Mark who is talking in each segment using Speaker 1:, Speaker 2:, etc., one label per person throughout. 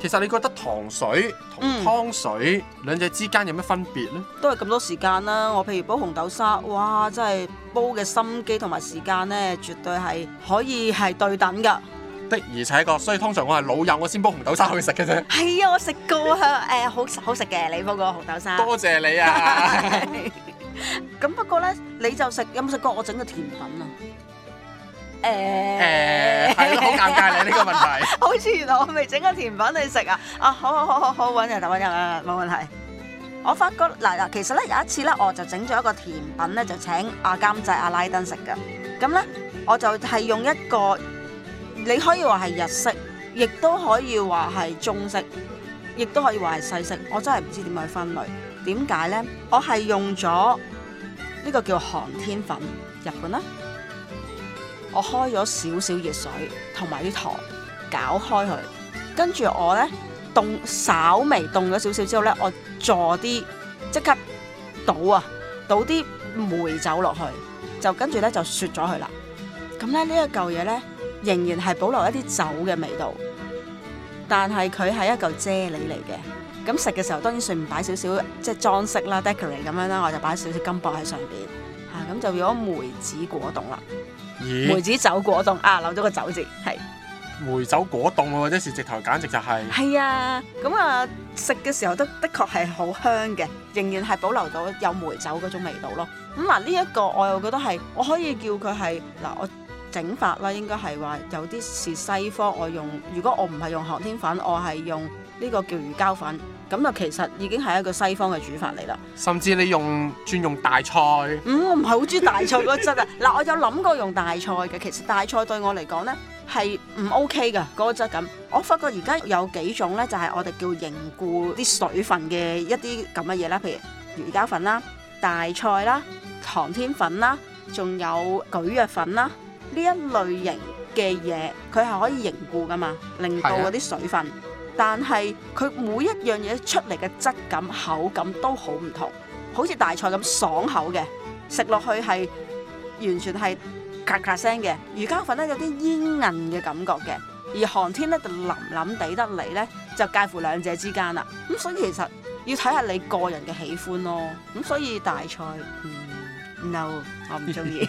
Speaker 1: 全係喎。其實你覺得糖水同
Speaker 2: 嗯
Speaker 1: 湯水、兩者之間有咩分別呢？
Speaker 2: 都係咁多時間啦。我譬如煲紅豆沙，哇，真係煲嘅心機同埋時間呢，絕對係可以係對 等㗎。
Speaker 1: 的而且確，所以通常我係老友，我先煲紅豆沙去食嘅啫。
Speaker 2: 係啊，我食過啊，誒、好好食嘅，你煲個紅豆沙。
Speaker 1: 多謝你 啊！
Speaker 2: 咁不過呢，你就食有冇食過我整嘅甜品啊？誒、
Speaker 1: 誒係咯，好尷尬你呢個問 題。
Speaker 2: 好似原來我未整個甜品你食啊！啊，好好好好好，揾人啊揾人啊，冇問題。我發覺嗱嗱，其實咧有一次咧，我就整咗一個甜品咧，就請阿監製阿拉登食嘅。咁咧，我就係用一個你可以話係日式，亦都可以話係中式，亦都可以話係西式。我真係唔知點去分類。點解咧？我係用咗呢個叫寒天粉，日本啦。我開咗少少熱水同埋啲糖。攪開佢，跟住我呢，凍稍微凍咗少少之後呢，我坐啲即刻倒啊，倒啲梅酒落去，就跟住呢就雪咗佢啦。咁咧呢一嚿嘢呢，仍然係保留一啲酒嘅味道，但係佢係一嚿啫喱嚟嘅。咁食嘅時候當然順便擺少少即係裝飾啦，decorate 咁樣啦，我就擺少少金箔喺上邊，啊咁就變咗梅子果凍啦，梅
Speaker 1: 咦，
Speaker 2: 子酒果凍啊，留咗個酒字係。
Speaker 1: 梅酒果凍喎，即是直頭，簡直就係、
Speaker 2: 係啊，咁啊食嘅時候都的確係好香嘅，仍然係保留到有梅酒嗰種味道咯。咁嗱呢一個我又覺得係，我可以叫佢係嗱我整法啦，應該係話有啲似西方，我用如果我唔係用寒天粉，我係用呢個叫魚膠粉，咁啊就其實已經係一個西方嘅煮法嚟啦。
Speaker 1: 甚至你用轉用大菜，
Speaker 2: 嗯，我唔係好中意大菜嗰質啊。嗱，我有諗過用大菜嘅，其實大菜對我嚟講呢係啊唔 OK 嘅嗰、個質感。我發覺而家有幾種呢，就係、我哋叫凝固啲水分嘅一啲咁嘅嘢啦，譬如魚膠粉啦、大菜啦、糖天粉啦，仲有蒟蒻粉啦，呢一類型嘅嘢，佢係可以凝固噶嘛，令到
Speaker 1: 係啊
Speaker 2: 嗰啲水分。但係佢每一樣嘢出嚟嘅質感、口感都好唔同，好似大菜咁爽口嘅，食落去係完全係咔咔聲嘅。魚膠粉咧有啲煙韌嘅感覺嘅，而寒天咧就淋淋地得嚟咧，就介乎兩者之間啦。咁所以其實要睇下你個人嘅喜歡咯。咁所以大菜，嗯，no，我唔中 意。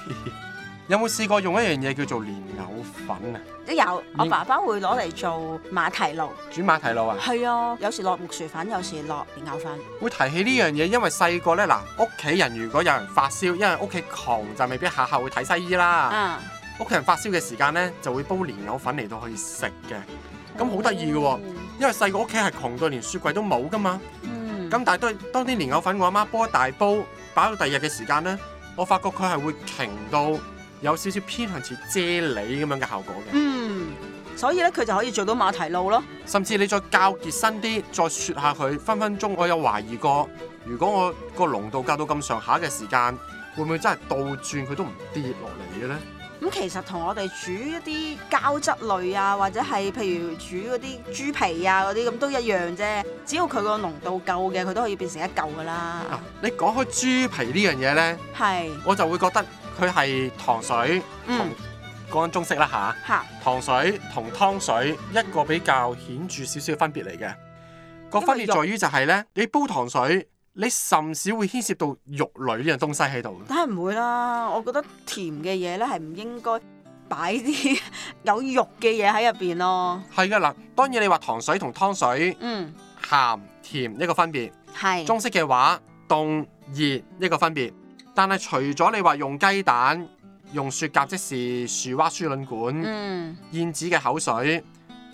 Speaker 1: 有冇試過用一樣嘢叫做蓮藕粉啊？
Speaker 2: 都有，我
Speaker 1: 嗯
Speaker 2: 爸爸會攞嚟做馬蹄露。
Speaker 1: 煮馬蹄露啊？
Speaker 2: 係啊，有時落木薯粉，有時落蓮藕粉。
Speaker 1: 會提起呢樣嘢，因為細個呢，嗱，屋企人如果有人發燒，因為屋企窮就未必下下會睇西醫啦。
Speaker 2: 啊，
Speaker 1: 屋企人發燒嘅時間呢，就會煲蓮藕粉嚟到去食嘅。咁好得意嘅喎，因為細個屋企係窮到連雪櫃都冇噶嘛。
Speaker 2: 嗯，
Speaker 1: 咁但係當當啲蓮藕粉，我阿媽煲一大煲，擺到第二日嘅時間呢，我發覺佢係會瓊到有少少偏向似啫喱咁樣嘅效果嘅。
Speaker 2: 嗯，所以咧佢就可以做到馬蹄露咯。
Speaker 1: 甚至你再較結身啲，再雪下佢，分分鐘我有懷疑過，如果我個濃度較到咁上下嘅時間，會唔會真係倒轉佢都唔跌落嚟嘅呢？
Speaker 2: 咁其實同我哋煮一啲膠質類啊，或者係譬如煮嗰啲豬皮啊嗰啲咁都一樣啫。只要佢個濃度夠嘅，佢都可以變成一嚿噶啦
Speaker 1: 啊。，你講開豬皮呢樣嘢呢，
Speaker 2: 係，
Speaker 1: 我就會覺得佢係糖水同
Speaker 2: 嗯，
Speaker 1: 講緊中式啦吓。
Speaker 2: 嚇，
Speaker 1: 糖水同湯水一個比較顯著少少嘅分別嚟嘅。個分別在於就係呢：你煲糖水，你甚少會牽涉到肉類呢樣東西喺度嘅。
Speaker 2: 梗係唔會啦。我覺得甜嘅嘢咧係唔應該擺啲 有肉嘅嘢喺入邊咯。
Speaker 1: 係㗎啦，當然你話糖水同湯水
Speaker 2: 嗯，
Speaker 1: 鹹甜一個分別，
Speaker 2: 係，
Speaker 1: 中式嘅話凍熱一個分別，但係除咗你話用雞蛋、用雪蛤，即是樹蛙輸卵管、
Speaker 2: 嗯，
Speaker 1: 燕子嘅口水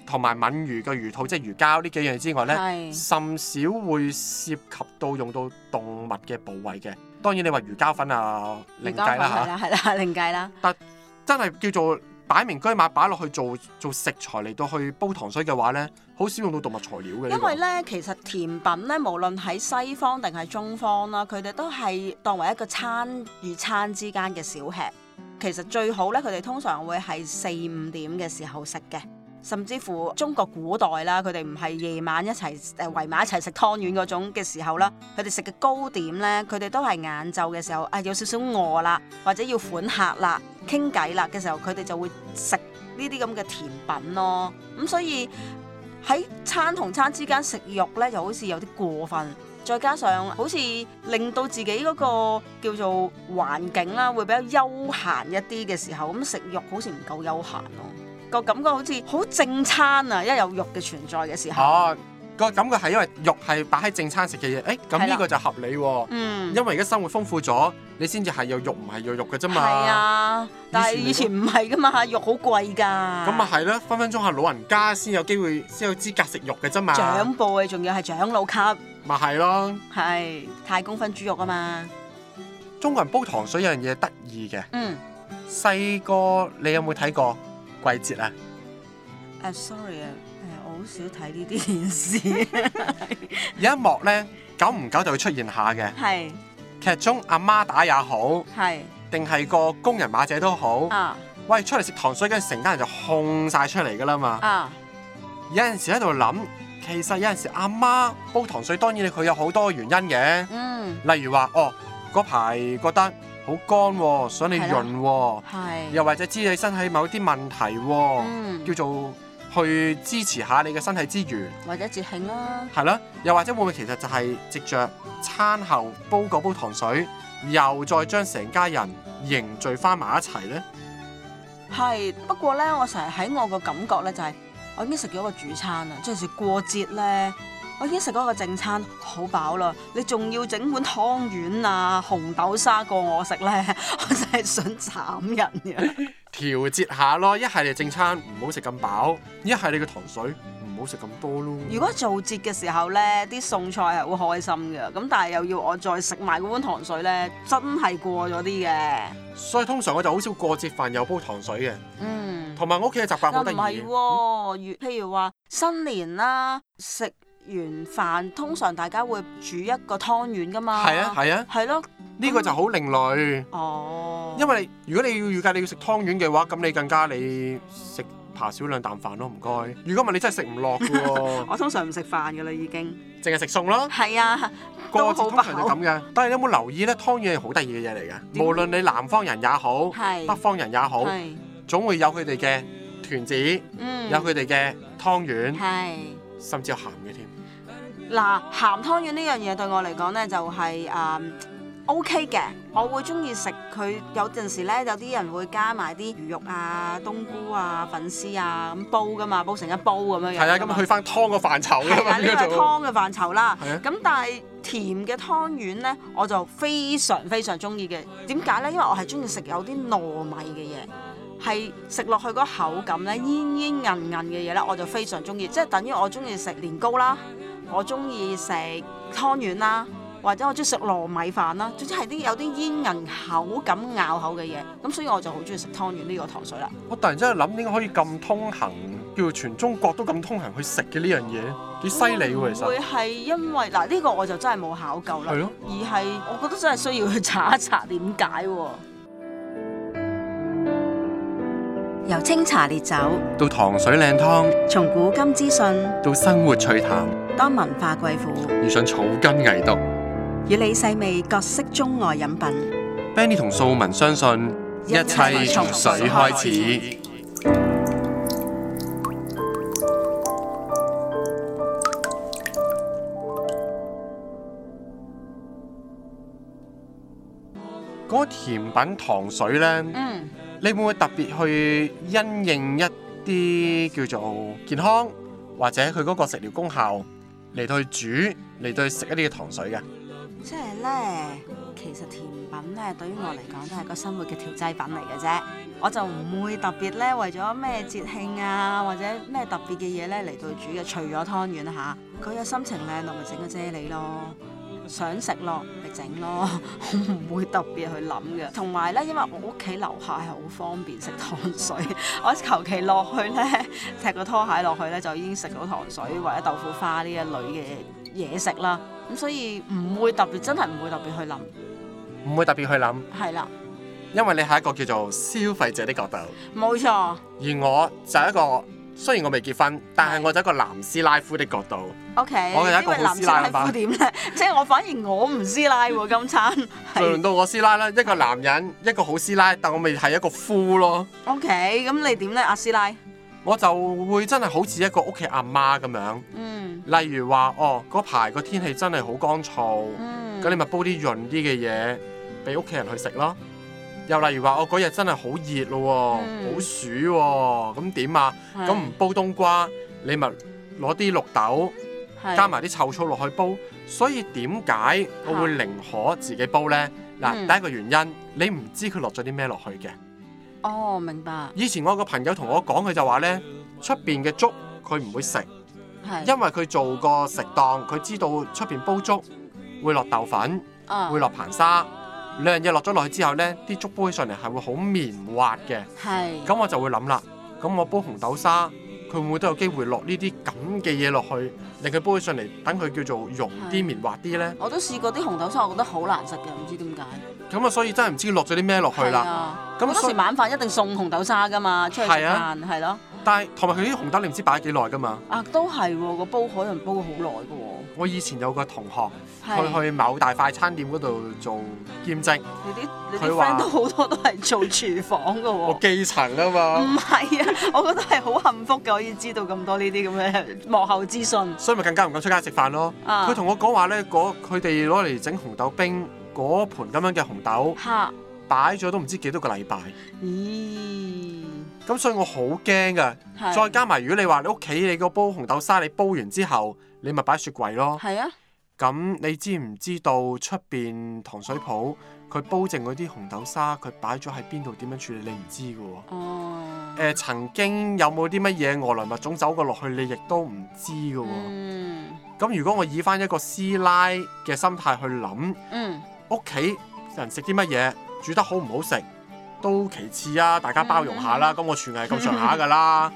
Speaker 1: 同埋鰻魚嘅魚肚，即係魚膠呢幾樣嘢之外呢，
Speaker 2: 係
Speaker 1: 甚少會涉及到用到動物嘅部位嘅。當然你話魚膠粉啊，另計啦嚇。
Speaker 2: 係啦，係啦，另計啦，
Speaker 1: 真係叫做擺明居馬擺落去做做食材嚟到去煲糖水嘅話呢，好少用到動物材料嘅。呢
Speaker 2: 因
Speaker 1: 個
Speaker 2: 為咧，其實甜品咧，無論喺西方定係中方啦，佢哋都係當為一個餐與餐之間嘅小吃。其實最好咧，佢哋通常會係四五點嘅時候食嘅，甚至乎中國古代啦，佢哋唔係夜晚一齊誒圍埋一齊食湯圓嗰種嘅時候啦，佢哋食嘅糕點咧，佢哋都係晏晝嘅時候啊，有少少餓啦，或者要款客啦、傾偈啦嘅時候，佢哋就會食呢啲咁嘅甜品咯。咁所以喺餐同餐之間食肉咧，就好似有啲過分。再加上好似令到自己嗰個叫做環境啦，會比較休閒一啲嘅時候，咁食肉好似唔夠休閒咯。個感覺好似好正餐啊！一有肉嘅存在嘅時候，
Speaker 1: 哦，個感覺係因為肉係擺喺正餐食嘅嘢，誒、咁
Speaker 2: 係啦
Speaker 1: 呢個就合理喎、
Speaker 2: 嗯，
Speaker 1: 因為而家生活豐富咗，你先至係有肉唔係有肉嘅啫
Speaker 2: 係
Speaker 1: 嘛。
Speaker 2: 啊，但係以
Speaker 1: 以
Speaker 2: 前
Speaker 1: 前
Speaker 2: 唔係噶嘛，肉好貴㗎。咁
Speaker 1: 咁咪
Speaker 2: 啊
Speaker 1: 係咯，分分鐘係老人家先有機會，先有資格食肉嘅啫嘛。
Speaker 2: 長輩仲要係長老級，
Speaker 1: 咪係咯，
Speaker 2: 係太公分豬肉啊嘛。
Speaker 1: 中國人煲糖水有樣嘢得意嘅。
Speaker 2: 嗯，
Speaker 1: 細個你有冇睇過季節啊？
Speaker 2: 誒、sorry 啊，誒我好少睇呢啲電視，
Speaker 1: 有一幕呢，久唔久就會出現下嘅。
Speaker 2: 係
Speaker 1: 劇中阿媽打也好，
Speaker 2: 係
Speaker 1: 定係個工人馬姐都好，
Speaker 2: 啊
Speaker 1: 喂出嚟食糖水嗰陣，成家人就控晒出嚟噶啦嘛。
Speaker 2: 啊，
Speaker 1: 有陣時喺度諗，其實有陣時阿媽煲糖水，當然佢有好多原因嘅，
Speaker 2: 嗯。
Speaker 1: 例如話哦嗰排覺得好乾喎，想你
Speaker 2: 係啦
Speaker 1: 潤喎，
Speaker 2: 係，
Speaker 1: 又或者知你身體某啲問題喎，
Speaker 2: 嗯，
Speaker 1: 叫做去支持下你嘅身體之餘，
Speaker 2: 或者節慶啦，
Speaker 1: 係啦，又或者會唔會其實就係藉着餐後煲嗰煲糖水，又再將成家人凝聚翻埋一齊呢？
Speaker 2: 係。不過咧，我成日喺我個感覺咧就係、我已經食咗個主餐啦，即係過節咧，我已經食咗個正餐，好飽啦。你仲要整碗湯圓啊、紅豆沙過我食咧， 我真係想斬人嘅。
Speaker 1: 調節下咯，一係你正餐唔好食咁飽，一係你嘅糖水唔好食咁多咯。
Speaker 2: 如果做節嘅時候咧，啲餸菜係會開心嘅，咁但係又要我再食埋嗰碗糖水咧，真係過咗啲嘅。
Speaker 1: 所以通常我就好少過節飯又煲糖水嘅，
Speaker 2: 嗯。
Speaker 1: 同埋我屋企嘅習慣
Speaker 2: 又
Speaker 1: 好
Speaker 2: 唔
Speaker 1: 得
Speaker 2: 係
Speaker 1: 意。
Speaker 2: 喎，如譬如話新年啦，食完飯通常大家會煮一個湯圓噶嘛。
Speaker 1: 係啊係啊，
Speaker 2: 係咯，
Speaker 1: 呢個就好另類，
Speaker 2: 哦，
Speaker 1: 因為你如果你要預計你要食湯圓嘅話，咁你更加你食扒少兩啖飯咯，唔該。如果唔係你真係食唔落嘅喎，
Speaker 2: 我通常唔食飯噶啦，已經
Speaker 1: 淨係食餸咯。
Speaker 2: 係啊，
Speaker 1: 過
Speaker 2: 都
Speaker 1: 節
Speaker 2: 好
Speaker 1: 通常就
Speaker 2: 飽
Speaker 1: 咁嘅，但係你有冇留意咧？湯圓係好得意嘅嘢嚟
Speaker 2: 點
Speaker 1: 嘅，無論你南方人也好，北
Speaker 2: 係
Speaker 1: 方人也哦好，
Speaker 2: 係
Speaker 1: 總會有佢哋嘅團子，有
Speaker 2: 嗯
Speaker 1: 佢哋嘅湯圓，
Speaker 2: 係
Speaker 1: 甚至有鹹嘅添。
Speaker 2: 嗱鹹湯圓呢樣嘢對我嚟講咧就係、誒 OK 嘅，我會中意食佢有陣時咧有啲人會加埋啲魚肉啊、冬菇啊、粉絲啊咁煲噶嘛，煲成一煲咁樣樣㗎嘛。
Speaker 1: 係啊，咁去翻湯個範疇啦
Speaker 2: 係啊
Speaker 1: 嘛，
Speaker 2: 啦，呢個係
Speaker 1: 叫做
Speaker 2: 湯嘅範疇啦
Speaker 1: 係啊。
Speaker 2: 咁但係甜嘅湯圓呢，我就非常非常中意嘅。點解呢？因為我係中意食有啲糯米嘅嘢，係食落去嗰口感呢，煙煙韌韌嘅嘢呢，我就非常中意。即係等於我中意食年糕啦，我中意食湯圓啦。或者我中意食糯米飯啦，總之係啲有啲煙韌口感咬口嘅嘢，咁所以我就好中意食湯圓呢個糖水啦。
Speaker 1: 我突然之間諗點解可以咁通行，叫做全中國都咁通行去食嘅呢樣嘢，幾犀利喎其
Speaker 2: 會
Speaker 1: 實。
Speaker 2: 係因為嗱呢個我就真係冇考究啦
Speaker 1: 係。咯，
Speaker 2: 而係我覺得真係需要去查一查點解喎。由清茶烈酒，
Speaker 1: 到糖水靚湯，
Speaker 2: 從古今資訊
Speaker 1: 到生活趣談，
Speaker 2: 當文化貴婦，
Speaker 1: 遇上草根危毒
Speaker 2: 與你細味各式中外飲品，
Speaker 1: ，Benny 同素文相信一切從水開始。嗰個甜品糖水呢，
Speaker 2: 嗯，
Speaker 1: 你會唔會特別去因應一啲叫做健康或者佢嗰個食療功效嚟到去煮嚟到去食一啲嘅糖水嘅？
Speaker 2: 即係咧，其其實甜品咧對於我嚟講都係個生活嘅調劑品嚟嘅啫，我就唔會特別咧為咗咩節慶啊或者咩特別嘅嘢咧嚟到煮嘅，除咗湯圓啦嚇，佢有心情靚落咪整個啫喱咯。想食咯，咪整咯， 我唔會特別去諗嘅。同埋咧，因為我屋企樓下係好方便食糖水，我求其落去咧，踢個拖鞋落去咧，就已經食到糖水或者豆腐花呢一類嘅嘢食啦。咁所以唔會特別，真係唔會特別去諗，
Speaker 1: 唔會特別去諗，
Speaker 2: 係啦，
Speaker 1: 因為你係一個叫做消費者的角度，
Speaker 2: 冇錯。
Speaker 1: 而我就係一個雖然我未結婚，但係我就係一個男師奶夫的角度。
Speaker 2: OK，
Speaker 1: 我係一
Speaker 2: 因
Speaker 1: 個
Speaker 2: 為
Speaker 1: 好
Speaker 2: 男
Speaker 1: 師
Speaker 2: 師
Speaker 1: 奶
Speaker 2: 奶
Speaker 1: 啊嘛
Speaker 2: 夫點咧？ 即係我反而我唔師奶喎， 今餐
Speaker 1: 輪
Speaker 2: 係
Speaker 1: 到我師奶啦，一個男人，一個好師奶，但我咪係一個夫咯。
Speaker 2: OK。咁你點咧，阿師奶？
Speaker 1: 我就會真係好似一個屋企阿媽咁樣。
Speaker 2: 嗯
Speaker 1: 例如話，哦，嗰排個天氣真係好乾燥，咁、
Speaker 2: 嗯，
Speaker 1: 你咪煲啲潤啲嘅嘢俾屋企人去食咯。又例如話，我哦嗰日真係好熱咯喎，
Speaker 2: 嗯
Speaker 1: 好暑喎，咁點啊？
Speaker 2: 係
Speaker 1: 咁唔煲冬瓜，你咪攞啲綠豆
Speaker 2: 係
Speaker 1: 加埋啲臭醋落去煲。所以點解我會寧可自己煲呢？嗱，
Speaker 2: 嗯
Speaker 1: 第一個原因，你唔知佢落咗啲咩落去嘅。
Speaker 2: 哦，明白
Speaker 1: 以前我有個朋友同我講，佢就話呢，出邊嘅粥佢唔會食，
Speaker 2: 係
Speaker 1: 因為佢做過食檔，佢知道出邊煲粥會落豆粉，
Speaker 2: 啊
Speaker 1: 會落硼砂，兩樣嘢落咗落去之後呢，啲粥煲起上嚟係會好綿滑嘅。
Speaker 2: 係
Speaker 1: 咁我就會諗啦，咁我煲紅豆沙，佢會唔會都有機會落呢啲咁嘅嘢落去，令佢煲起上嚟，等佢叫做溶啲、
Speaker 2: 係
Speaker 1: 綿滑啲呢？
Speaker 2: 我都試過啲紅豆沙，我覺得好難食嘅，唔知點解。
Speaker 1: 咁啊，所以真係唔知落咗啲咩落去
Speaker 2: 係
Speaker 1: 啦。
Speaker 2: 啊，
Speaker 1: 咁
Speaker 2: 咁嗰
Speaker 1: 所以
Speaker 2: 時晚飯一定送紅豆沙噶嘛，出去食
Speaker 1: 係啊
Speaker 2: 飯係咯。
Speaker 1: 但係同埋佢啲紅豆，你唔知擺咗幾耐㗎嘛？
Speaker 2: 啊，都係喎，個煲海人煲咗好耐嘅喎。
Speaker 1: 我以前有個同學。佢
Speaker 2: 係
Speaker 1: 去某大快餐店嗰度做兼職，
Speaker 2: 你啲你啲
Speaker 1: 佢話
Speaker 2: friend 都好多都係做廚房 嘅
Speaker 1: 我
Speaker 2: 喎。
Speaker 1: 基層啊嘛，
Speaker 2: 唔係啊，我覺得係好幸福嘅，可以知道咁多呢啲咁嘅 幕後資訊。
Speaker 1: 所以咪更加唔敢出街食飯咯。
Speaker 2: 啊
Speaker 1: 佢同我講話咧，嗰佢哋攞嚟整紅豆冰嗰盤咁樣嘅紅豆，
Speaker 2: 嚇，
Speaker 1: 擺咗都唔知幾多個禮拜，
Speaker 2: 咦，
Speaker 1: 咁所以我好驚噶。
Speaker 2: 係
Speaker 1: 再加埋如果你話你屋企你個煲紅豆沙，你煲完之後，你咪擺雪櫃咯。
Speaker 2: 係啊，
Speaker 1: 咁你知唔知道出邊糖水鋪佢煲剩嗰啲紅豆沙，佢擺咗喺邊度，點樣處理你唔知噶喎？
Speaker 2: 哦
Speaker 1: 誒、，曾經有冇啲乜嘢外來物種走過落去，你亦都唔知嘅喎。
Speaker 2: 嗯
Speaker 1: 咁、如果我以翻一個師奶嘅心態去諗，
Speaker 2: 嗯，
Speaker 1: 屋企人食啲乜嘢，煮得好唔好食都其次啊，大家包容下啦。咁、我廚藝咁上下㗎啦。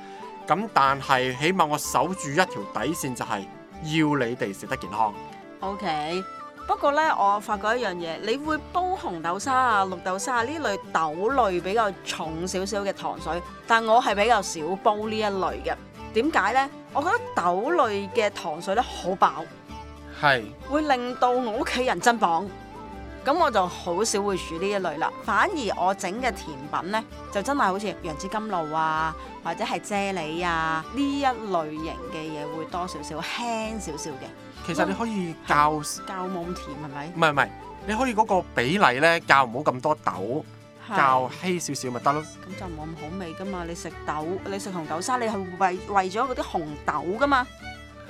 Speaker 1: 咁但係起碼我守住一條底線，就係要你哋食得健康。
Speaker 2: OK，不過呢，我發覺一樣嘢，你會煲紅豆沙啊、綠豆沙啊呢類豆類比較重少少嘅糖水，但我係比較少煲呢一類嘅。點解呢？我覺得豆類嘅糖水呢好飽，
Speaker 1: 係
Speaker 2: 會令到我屋企人增磅。咁我就好少會煮呢一類啦，反而我整嘅甜品呢，就真係好似楊枝甘露啊，或者係啫喱啊呢一類型嘅嘢會多少少輕少少嘅，
Speaker 1: 其實你可以教，唔係
Speaker 2: 較冇咁甜係咪？
Speaker 1: 唔係，你可以嗰個比例呢，教唔好咁多豆，
Speaker 2: 係
Speaker 1: 教稀少少咪得咯。
Speaker 2: 咁就冇咁好味噶嘛。你食豆，你食紅豆沙，你係為為咗嗰啲紅豆噶嘛。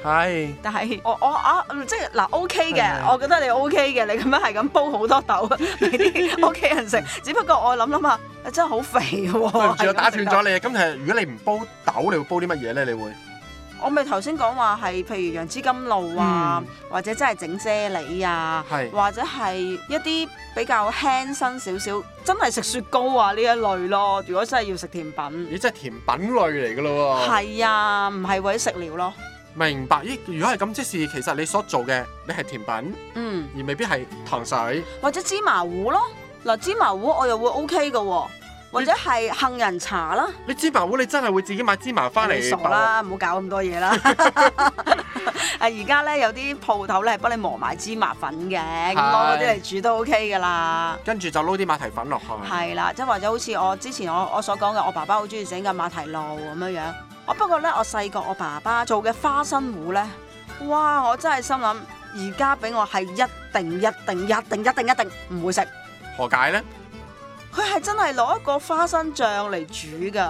Speaker 1: 係。
Speaker 2: 但係我我啊，即係嗱 OK
Speaker 1: 係
Speaker 2: 嘅，我覺得你 OK 嘅，你咁樣係咁煲好多豆 俾啲屋企人 食。只不過我諗諗下，真係好肥喎。
Speaker 1: 對唔住，
Speaker 2: 哦係咁
Speaker 1: 我打
Speaker 2: 食
Speaker 1: 斷
Speaker 2: 豆
Speaker 1: 咗。你啊！咁其實如果你唔煲豆，你會煲啲乜嘢咧？你會
Speaker 2: 我咪頭先講話係，譬如楊枝甘露啊，
Speaker 1: 嗯
Speaker 2: 或者真係整啫喱啊。
Speaker 1: 係
Speaker 2: 或者係一啲比較輕身少少，真係食雪糕啊呢一類咯。如果真係要食甜品，
Speaker 1: 咦，即係甜品類嚟噶咯喎。
Speaker 2: 係啊，唔係為咗食療咯。
Speaker 1: 明白。咦，如果係咁，即是其實你所做嘅，你係甜品，
Speaker 2: 嗯。
Speaker 1: 而未必係糖水。
Speaker 2: 或者芝麻糊咯。嗱，芝麻糊我又會 O K 嘅喎，或者係杏仁茶啦。
Speaker 1: 你芝麻糊你真係會自己買芝麻翻
Speaker 2: 你
Speaker 1: 嚟
Speaker 2: 傻
Speaker 1: 爆啊？
Speaker 2: 啦，唔好搞咁多 嘢啦。啊，而家咧有啲鋪頭咧係幫你磨埋芝麻粉嘅，咁攞嗰啲嚟煮都 O K 噶啦。
Speaker 1: 跟住就撈啲馬蹄粉落去。
Speaker 2: 係啦，即係或者好似我之前我我所講嘅，我爸爸好中意整嘅馬蹄露咁樣樣。我不過咧，我細個我爸爸做嘅花生糊咧，哇！我真係心諗，而家俾我係一定一定一定一定一定唔會食。
Speaker 1: 何解呢？
Speaker 2: 佢係真係攞一個花生醬嚟煮㗎，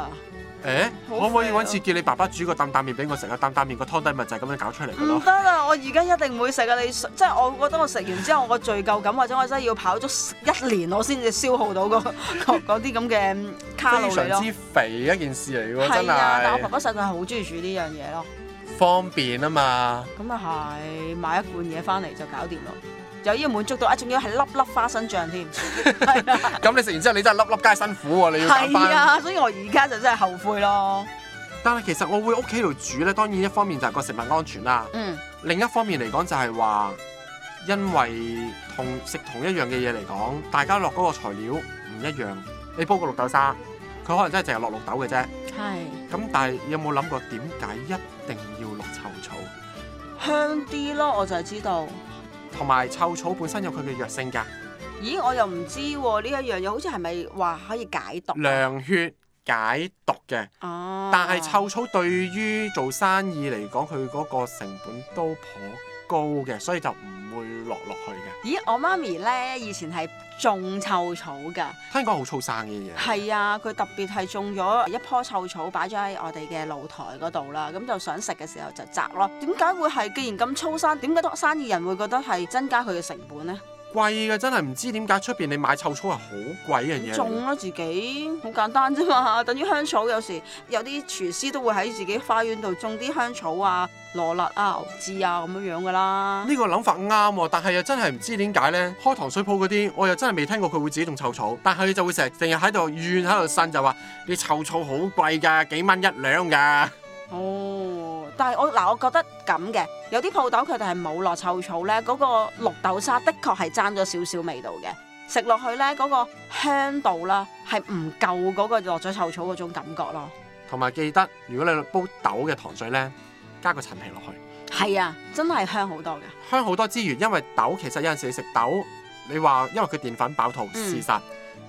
Speaker 1: 誒，可
Speaker 2: 好
Speaker 1: 唔可以
Speaker 2: 肥啊
Speaker 1: 揾次叫你爸爸煮個擔擔麵俾我食啊？擔擔麵個湯底咪就係咁樣搞出嚟嘅
Speaker 2: 唔
Speaker 1: 咯。
Speaker 2: 得啊！我而家一定唔會食啊！你即係我覺得我食完之後，我個罪疚感或者我真係要跑足一年，我先至消耗 到個嗰嗰啲咁嘅卡路
Speaker 1: 非
Speaker 2: 里咯
Speaker 1: 常。之肥一件事嚟嘅喎，真
Speaker 2: 係啊，但我爸
Speaker 1: 係
Speaker 2: 爸細個係好中意煮呢樣嘢咯。
Speaker 1: 方便啊嘛。
Speaker 2: 咁啊係，買一罐嘢翻嚟就搞掂咯。又要滿足到啊，仲要係粒粒花生醬添。係啊
Speaker 1: 咁你食完之後，你真係粒粒皆辛苦喎，你要減
Speaker 2: 係
Speaker 1: 翻。
Speaker 2: 啊，所以我而家就真係後悔咯。
Speaker 1: 但係其實我會屋企度煮呢，當然一方面就係個食物安全啦，
Speaker 2: 嗯，
Speaker 1: 另一方面嚟講就係話，因為同食同一樣嘅嘢嚟講，大家落嗰個材料唔一樣。你煲個綠豆沙，佢可能真係淨係落綠豆嘅啫。
Speaker 2: 係
Speaker 1: 咁但係有冇諗過點解一定要落臭草？
Speaker 2: 香啲咯，我就係知道。
Speaker 1: 同埋臭草本身有佢嘅藥性㗎，
Speaker 2: 咦，我又唔知喎呢一樣嘢，好似係咪話可以解毒？
Speaker 1: 涼血解毒嘅。
Speaker 2: 哦，
Speaker 1: 但係臭草對於做生意嚟講，佢嗰個成本都頗高嘅，所以就唔會落落去嘅。
Speaker 2: 咦，我媽咪咧以前係種臭草㗎，
Speaker 1: 聽講好粗生嘅嘢，
Speaker 2: 係啊，佢特別係種咗一棵臭草擺咗喺我哋嘅露台嗰度啦，咁就想食嘅時候就摘咯。點解會係既然咁粗生，點解多生意人會覺得係增加佢嘅成本呢？
Speaker 1: 貴嘅真係唔知點解出邊你買臭草係好貴一樣嘢嚟
Speaker 2: 種
Speaker 1: 嘅。
Speaker 2: 咯自己，好簡單啫嘛， 等於香草有時有啲廚師都會喺自己花園度種啲香草啊、羅勒啊、牛至啊咁樣樣㗎啦。
Speaker 1: 呢個諗法啱喎，但係又真係唔知點解呢。開糖水鋪嗰啲，我又真係未聽過佢會自己種臭草，但係佢就會成日成日喺度怨喺度呻，就話啲臭草好貴㗎，幾蚊一兩㗎。
Speaker 2: 哦，但係我嗱，我覺得咁嘅，有啲鋪頭佢哋係冇落臭草呢，嗰、個綠豆沙的確係爭咗少少味道嘅，食落去呢，嗰、個香度啦係唔夠嗰個落咗臭草嗰種感覺咯。
Speaker 1: 同埋記得，如果你煲豆嘅糖水呢，加個陳皮落去。
Speaker 2: 係啊，真係香好多嘅，
Speaker 1: 香好多之餘，因為豆其實有陣時你食豆，你話因為佢澱粉飽肚
Speaker 2: 嗯
Speaker 1: 事實，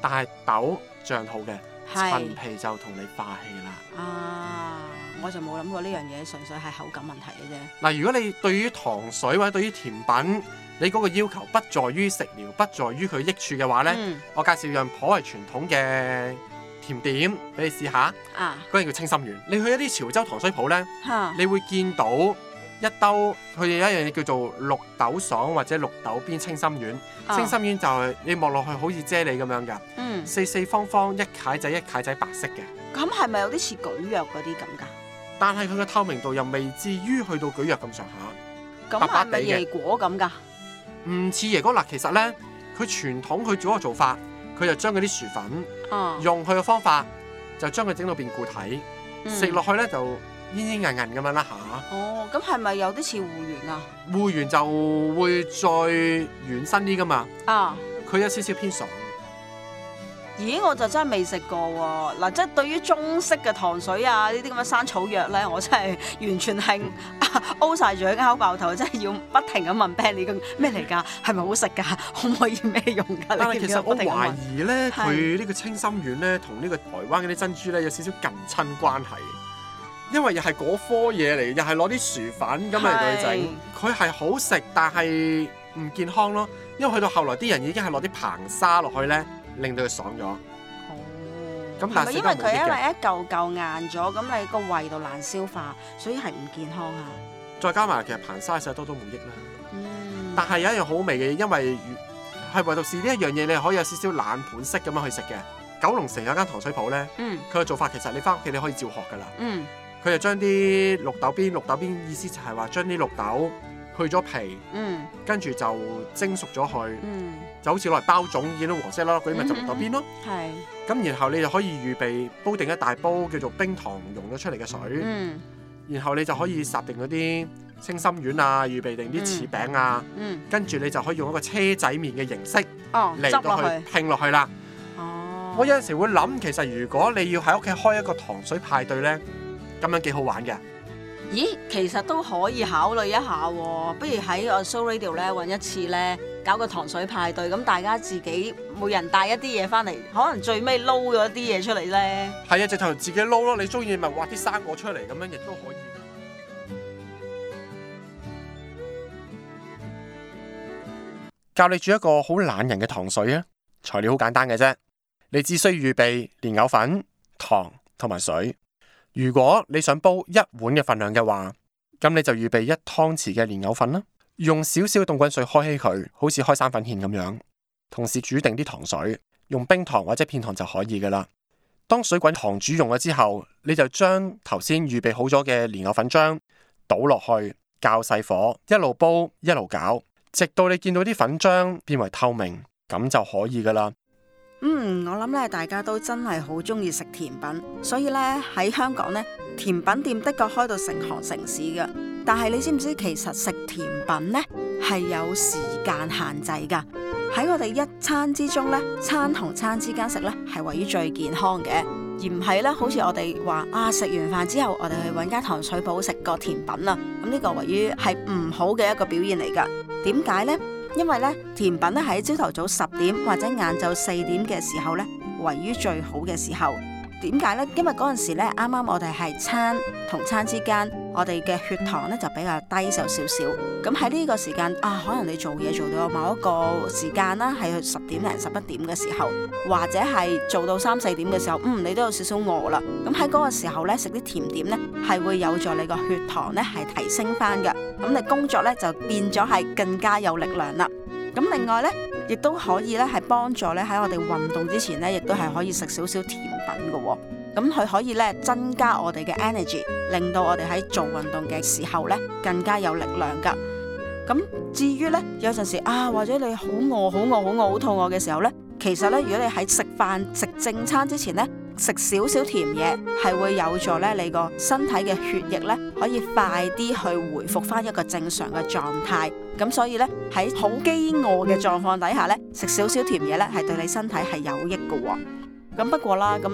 Speaker 1: 但係豆漲肚嘅陳
Speaker 2: 係
Speaker 1: 皮就同你化氣啦。
Speaker 2: 啊，我就冇諗過呢樣嘢，純粹係口感問題嘅啫。
Speaker 1: 嗱，如果你對於糖水或者對於甜品，你嗰個要求不在於食療，不在於佢益處嘅話呢，
Speaker 2: 嗯
Speaker 1: 我介紹樣頗為傳統嘅甜點俾你試下，
Speaker 2: 啊
Speaker 1: 嗰樣叫清心丸。你去一啲潮州糖水鋪呢，
Speaker 2: 嚇，
Speaker 1: 你會見到一兜佢哋有一樣嘢叫做綠豆爽或者綠豆邊清心丸。
Speaker 2: 啊
Speaker 1: 清心丸就係你望落去好似啫喱咁樣㗎，
Speaker 2: 嗯，
Speaker 1: 四四方方一楷仔一楷仔白色嘅，
Speaker 2: 咁係咪有啲似蒟蒻嗰啲咁㗎？
Speaker 1: 但係佢嘅透明度又未至於去到蒟蒻咁上下，白白
Speaker 2: 咁係
Speaker 1: 地
Speaker 2: 咪
Speaker 1: 嘅
Speaker 2: 椰果咁㗎？
Speaker 1: 唔似椰果辣。其實呢，佢傳統佢做一個做法，佢就將嗰啲薯粉
Speaker 2: 啊，
Speaker 1: 用佢嘅方法就將佢整到變固體，
Speaker 2: 嗯
Speaker 1: 食落去呢就煙煙韌韌咁樣啦嚇。
Speaker 2: 哦，咁係咪有啲似芋圓啊？
Speaker 1: 燴完就會再軟身啲㗎嘛，
Speaker 2: 啊！
Speaker 1: 佢有少少偏爽。
Speaker 2: 咦，我就真係未食過喎、嗱，即係對於中式嘅糖水啊，呢啲咁嘅生草藥咧，我真係完全係
Speaker 1: 嗯
Speaker 2: O 晒嘴， 拗爆頭，真係要不停咁問 Benny 咁咩嚟㗎？係咪好食㗎？可唔可以咩用㗎？
Speaker 1: 但
Speaker 2: 啊你
Speaker 1: 係啊其
Speaker 2: 見唔見
Speaker 1: 實
Speaker 2: 不
Speaker 1: 我
Speaker 2: 停咁
Speaker 1: 懷
Speaker 2: 問？
Speaker 1: 疑呢，
Speaker 2: 啊係
Speaker 1: 佢呢個清心丸呢，同呢個台灣嗰啲珍珠呢，有少少近親關係，因為又係嗰科嘢嚟，又係攞啲薯粉咁嚟到去整，佢係好食，但係唔健康咯。因為去到後來啲人已經係攞啲硼砂落去呢，令到佢爽咗。咁
Speaker 2: 係
Speaker 1: 但係
Speaker 2: 咪
Speaker 1: 食
Speaker 2: 因
Speaker 1: 得
Speaker 2: 為
Speaker 1: 冇
Speaker 2: 佢
Speaker 1: 益
Speaker 2: 因
Speaker 1: 嘅，
Speaker 2: 為一嚿嚿硬咗，咁你個胃度難消化，所以係唔健康啊。
Speaker 1: 再加埋其實硼砂食得多都冇益啦。
Speaker 2: 嗯，
Speaker 1: 但係有一樣好味嘅，因為係唯獨是呢一樣嘢，你可以有少少冷盤式咁樣去食嘅。九龍城有間糖水鋪呢，
Speaker 2: 嗯
Speaker 1: 佢嘅做法其實你翻屋企你可以照學㗎啦。
Speaker 2: 嗯
Speaker 1: 佢就將啲綠豆邊，綠豆邊意思就係話將啲綠豆去咗皮，
Speaker 2: 嗯
Speaker 1: 跟住就蒸熟咗佢，
Speaker 2: 嗯，
Speaker 1: 就好似攞嚟包粽見到黃色粒粒嗰啲咪就綠豆邊咯。
Speaker 2: 係，
Speaker 1: 咁然後你就可以預備煲定一大煲叫做冰糖溶咗出嚟嘅水，
Speaker 2: 嗯
Speaker 1: 然後你就可以烚定嗰啲清心丸啊，預備定啲柿餅啊，
Speaker 2: 嗯，
Speaker 1: 跟住你就可以用一個車仔麵嘅形式
Speaker 2: 哦，
Speaker 1: 嚟
Speaker 2: 執
Speaker 1: 到
Speaker 2: 落
Speaker 1: 去
Speaker 2: 去，
Speaker 1: 拼落去啦。
Speaker 2: 哦，
Speaker 1: 我有陣時會諗，其實如果你要喺屋企開一個糖水派對呢，咁樣幾好玩嘅。
Speaker 2: 咦，其實都可以考慮一下喎、不如喺我 Show Radio 咧揾一次咧，搞個糖水派對，咁大家自己每人帶一啲嘢翻嚟，可能最尾撈咗啲嘢出嚟咧。
Speaker 1: 係啊，直頭自己撈咯，你中意咪挖啲生果出嚟咁樣，亦都可以。教你煮一個好懶人嘅糖水啊！材料好簡單嘅啫，你只需預備蓮藕粉、糖同埋水，如果你想煲一碗嘅份量嘅話，咁你就預備一湯匙嘅蓮藕粉啦，用少少凍滾水開稀佢，好似開生粉芡咁樣。同時煮定啲糖水，用冰糖或者片糖就可以噶啦。當水滾糖煮溶咗之後，你就將頭先預備好咗嘅蓮藕粉漿倒落去，較細火一路煲一路攪，直到你見到啲粉漿變為透明，咁就可以噶啦。
Speaker 2: 嗯，我諗咧，大家都真係好中意食甜品，所以咧喺香港咧，甜品店的確開到成行成市嘅。但係你知唔知其實食甜品咧係有時間限制㗎？喺我哋一餐之中咧，餐同餐之間食咧係位於最健康嘅，而唔係咧好似我哋話啊食完飯之後，我哋去揾間糖水鋪食個甜品啦。咁呢個位於係唔好嘅一個表現嚟㗎。點解呢？因為咧甜品咧喺朝頭早十點或者晏晝四點嘅時候咧，位於最好嘅時候。點解呢？因為嗰陣時咧，啱啱我哋係餐同餐之間，我哋嘅血糖咧就比較低就少少。咁喺呢個時間啊，可能你做嘢做到某一個時間啦，係十點零十一點嘅時候，或者係做到三四點嘅時候，嗯，你都有少少餓啦。咁喺嗰個時候咧，食啲甜點咧係會有助你個血糖咧係提升翻嘅。咁你工作咧就變咗係更加有力量啦。咁另外咧，亦都可以咧係幫助咧喺我哋運動之前咧，亦都係可以食少少甜品嘅喎、咁佢可以咧增加我哋嘅 energy，令到我哋喺做運動嘅時候咧更加有力量㗎。咁至於咧有陣時啊，或者你好餓、好餓、好餓、好肚餓嘅時候咧，其實咧如果你喺食飯食正餐之前咧，食少少甜嘢係會有助咧你個身體嘅血液咧可以快啲去回復翻一個正常嘅狀態。咁所以咧喺好飢餓嘅狀況底下咧，食少少甜嘢咧係對你身體係有益嘅喎、咁不過啦，咁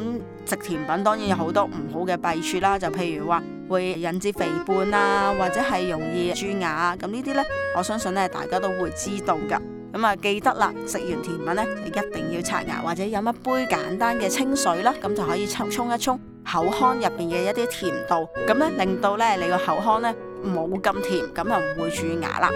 Speaker 2: 食甜品當然有好多唔好嘅弊處啦，就譬如話會引致肥胖啊，或者係容易蛀牙啊，咁呢啲呢，我相信呢大家都會知道㗎。咁啊，記得啦，食完甜品呢，你一定要刷牙或者飲一杯簡單嘅清水啦，咁就可以沖沖一沖口腔入邊嘅一啲甜度，咁呢，令到呢你個口腔呢冇咁甜，咁啊就唔會蛀牙啦。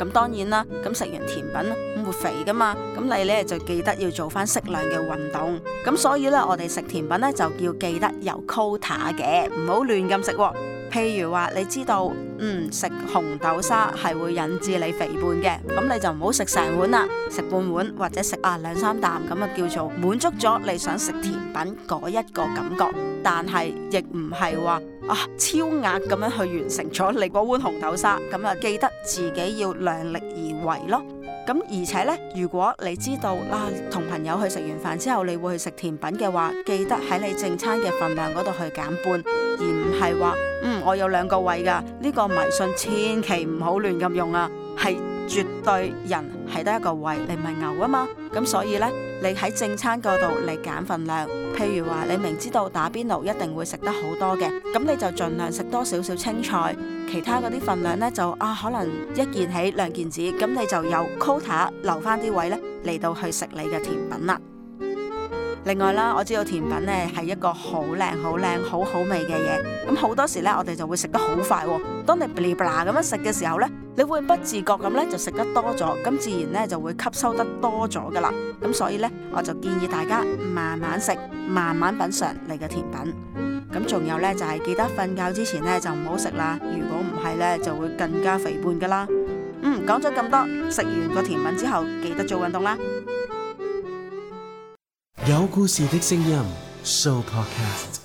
Speaker 2: 咁當然啦，咁食完甜品咁會肥噶嘛，咁你咧就記得要做翻適量嘅運動。咁所以咧，我哋食甜品咧就要記得有 quota 嘅，唔好亂咁食喎。譬如話，你知道，嗯，食紅豆沙係會引致你肥胖嘅，咁你就唔好食成碗啦，食半碗或者食啊兩三啖咁啊，叫做滿足咗你想食甜品嗰一個感覺，但係亦唔係話。啊，超額咁樣去完成咗你嗰碗紅豆沙，咁啊記得自己要量力而為咯。咁而且呢，如果你知道啊，同朋友去食完飯之後，你會去食甜品嘅話，記得喺你正餐嘅份量嗰度去減半，而唔係話嗯我有兩個胃㗎，呢個迷信千祈唔好亂咁用啊，係絕對人係得一個胃，你唔係牛啊嘛。咁所以呢，你喺正餐嗰度你減份量。譬如話，你明知道打邊爐一定會食得好多嘅，咁你就盡量食多少少青菜，其他嗰啲份量呢，就啊可能一件起兩件止，咁你就有 quota 留翻啲位呢嚟到去食你嘅甜品啦。另外啦，我知道甜品呢係一個好靚、好靚、好好味嘅嘢，咁好多時呢，我哋就會食得好快喎。當你噼哩啪啦咁樣食嘅時候呢，你會不自覺咁呢就食得多咗，咁自然呢就會吸收得多咗噶啦。咁所以呢，我就建議大家慢慢食。慢慢品嚐你嘅甜品。咁仲有呢，就係、記得瞓覺之前呢，就唔好食啦，如果唔係呢，就會更加肥胖噶啦。嗯，講咗咁多，食完個甜品之後記得做運動啦。
Speaker 3: 有故事的聲音，Show Podcast。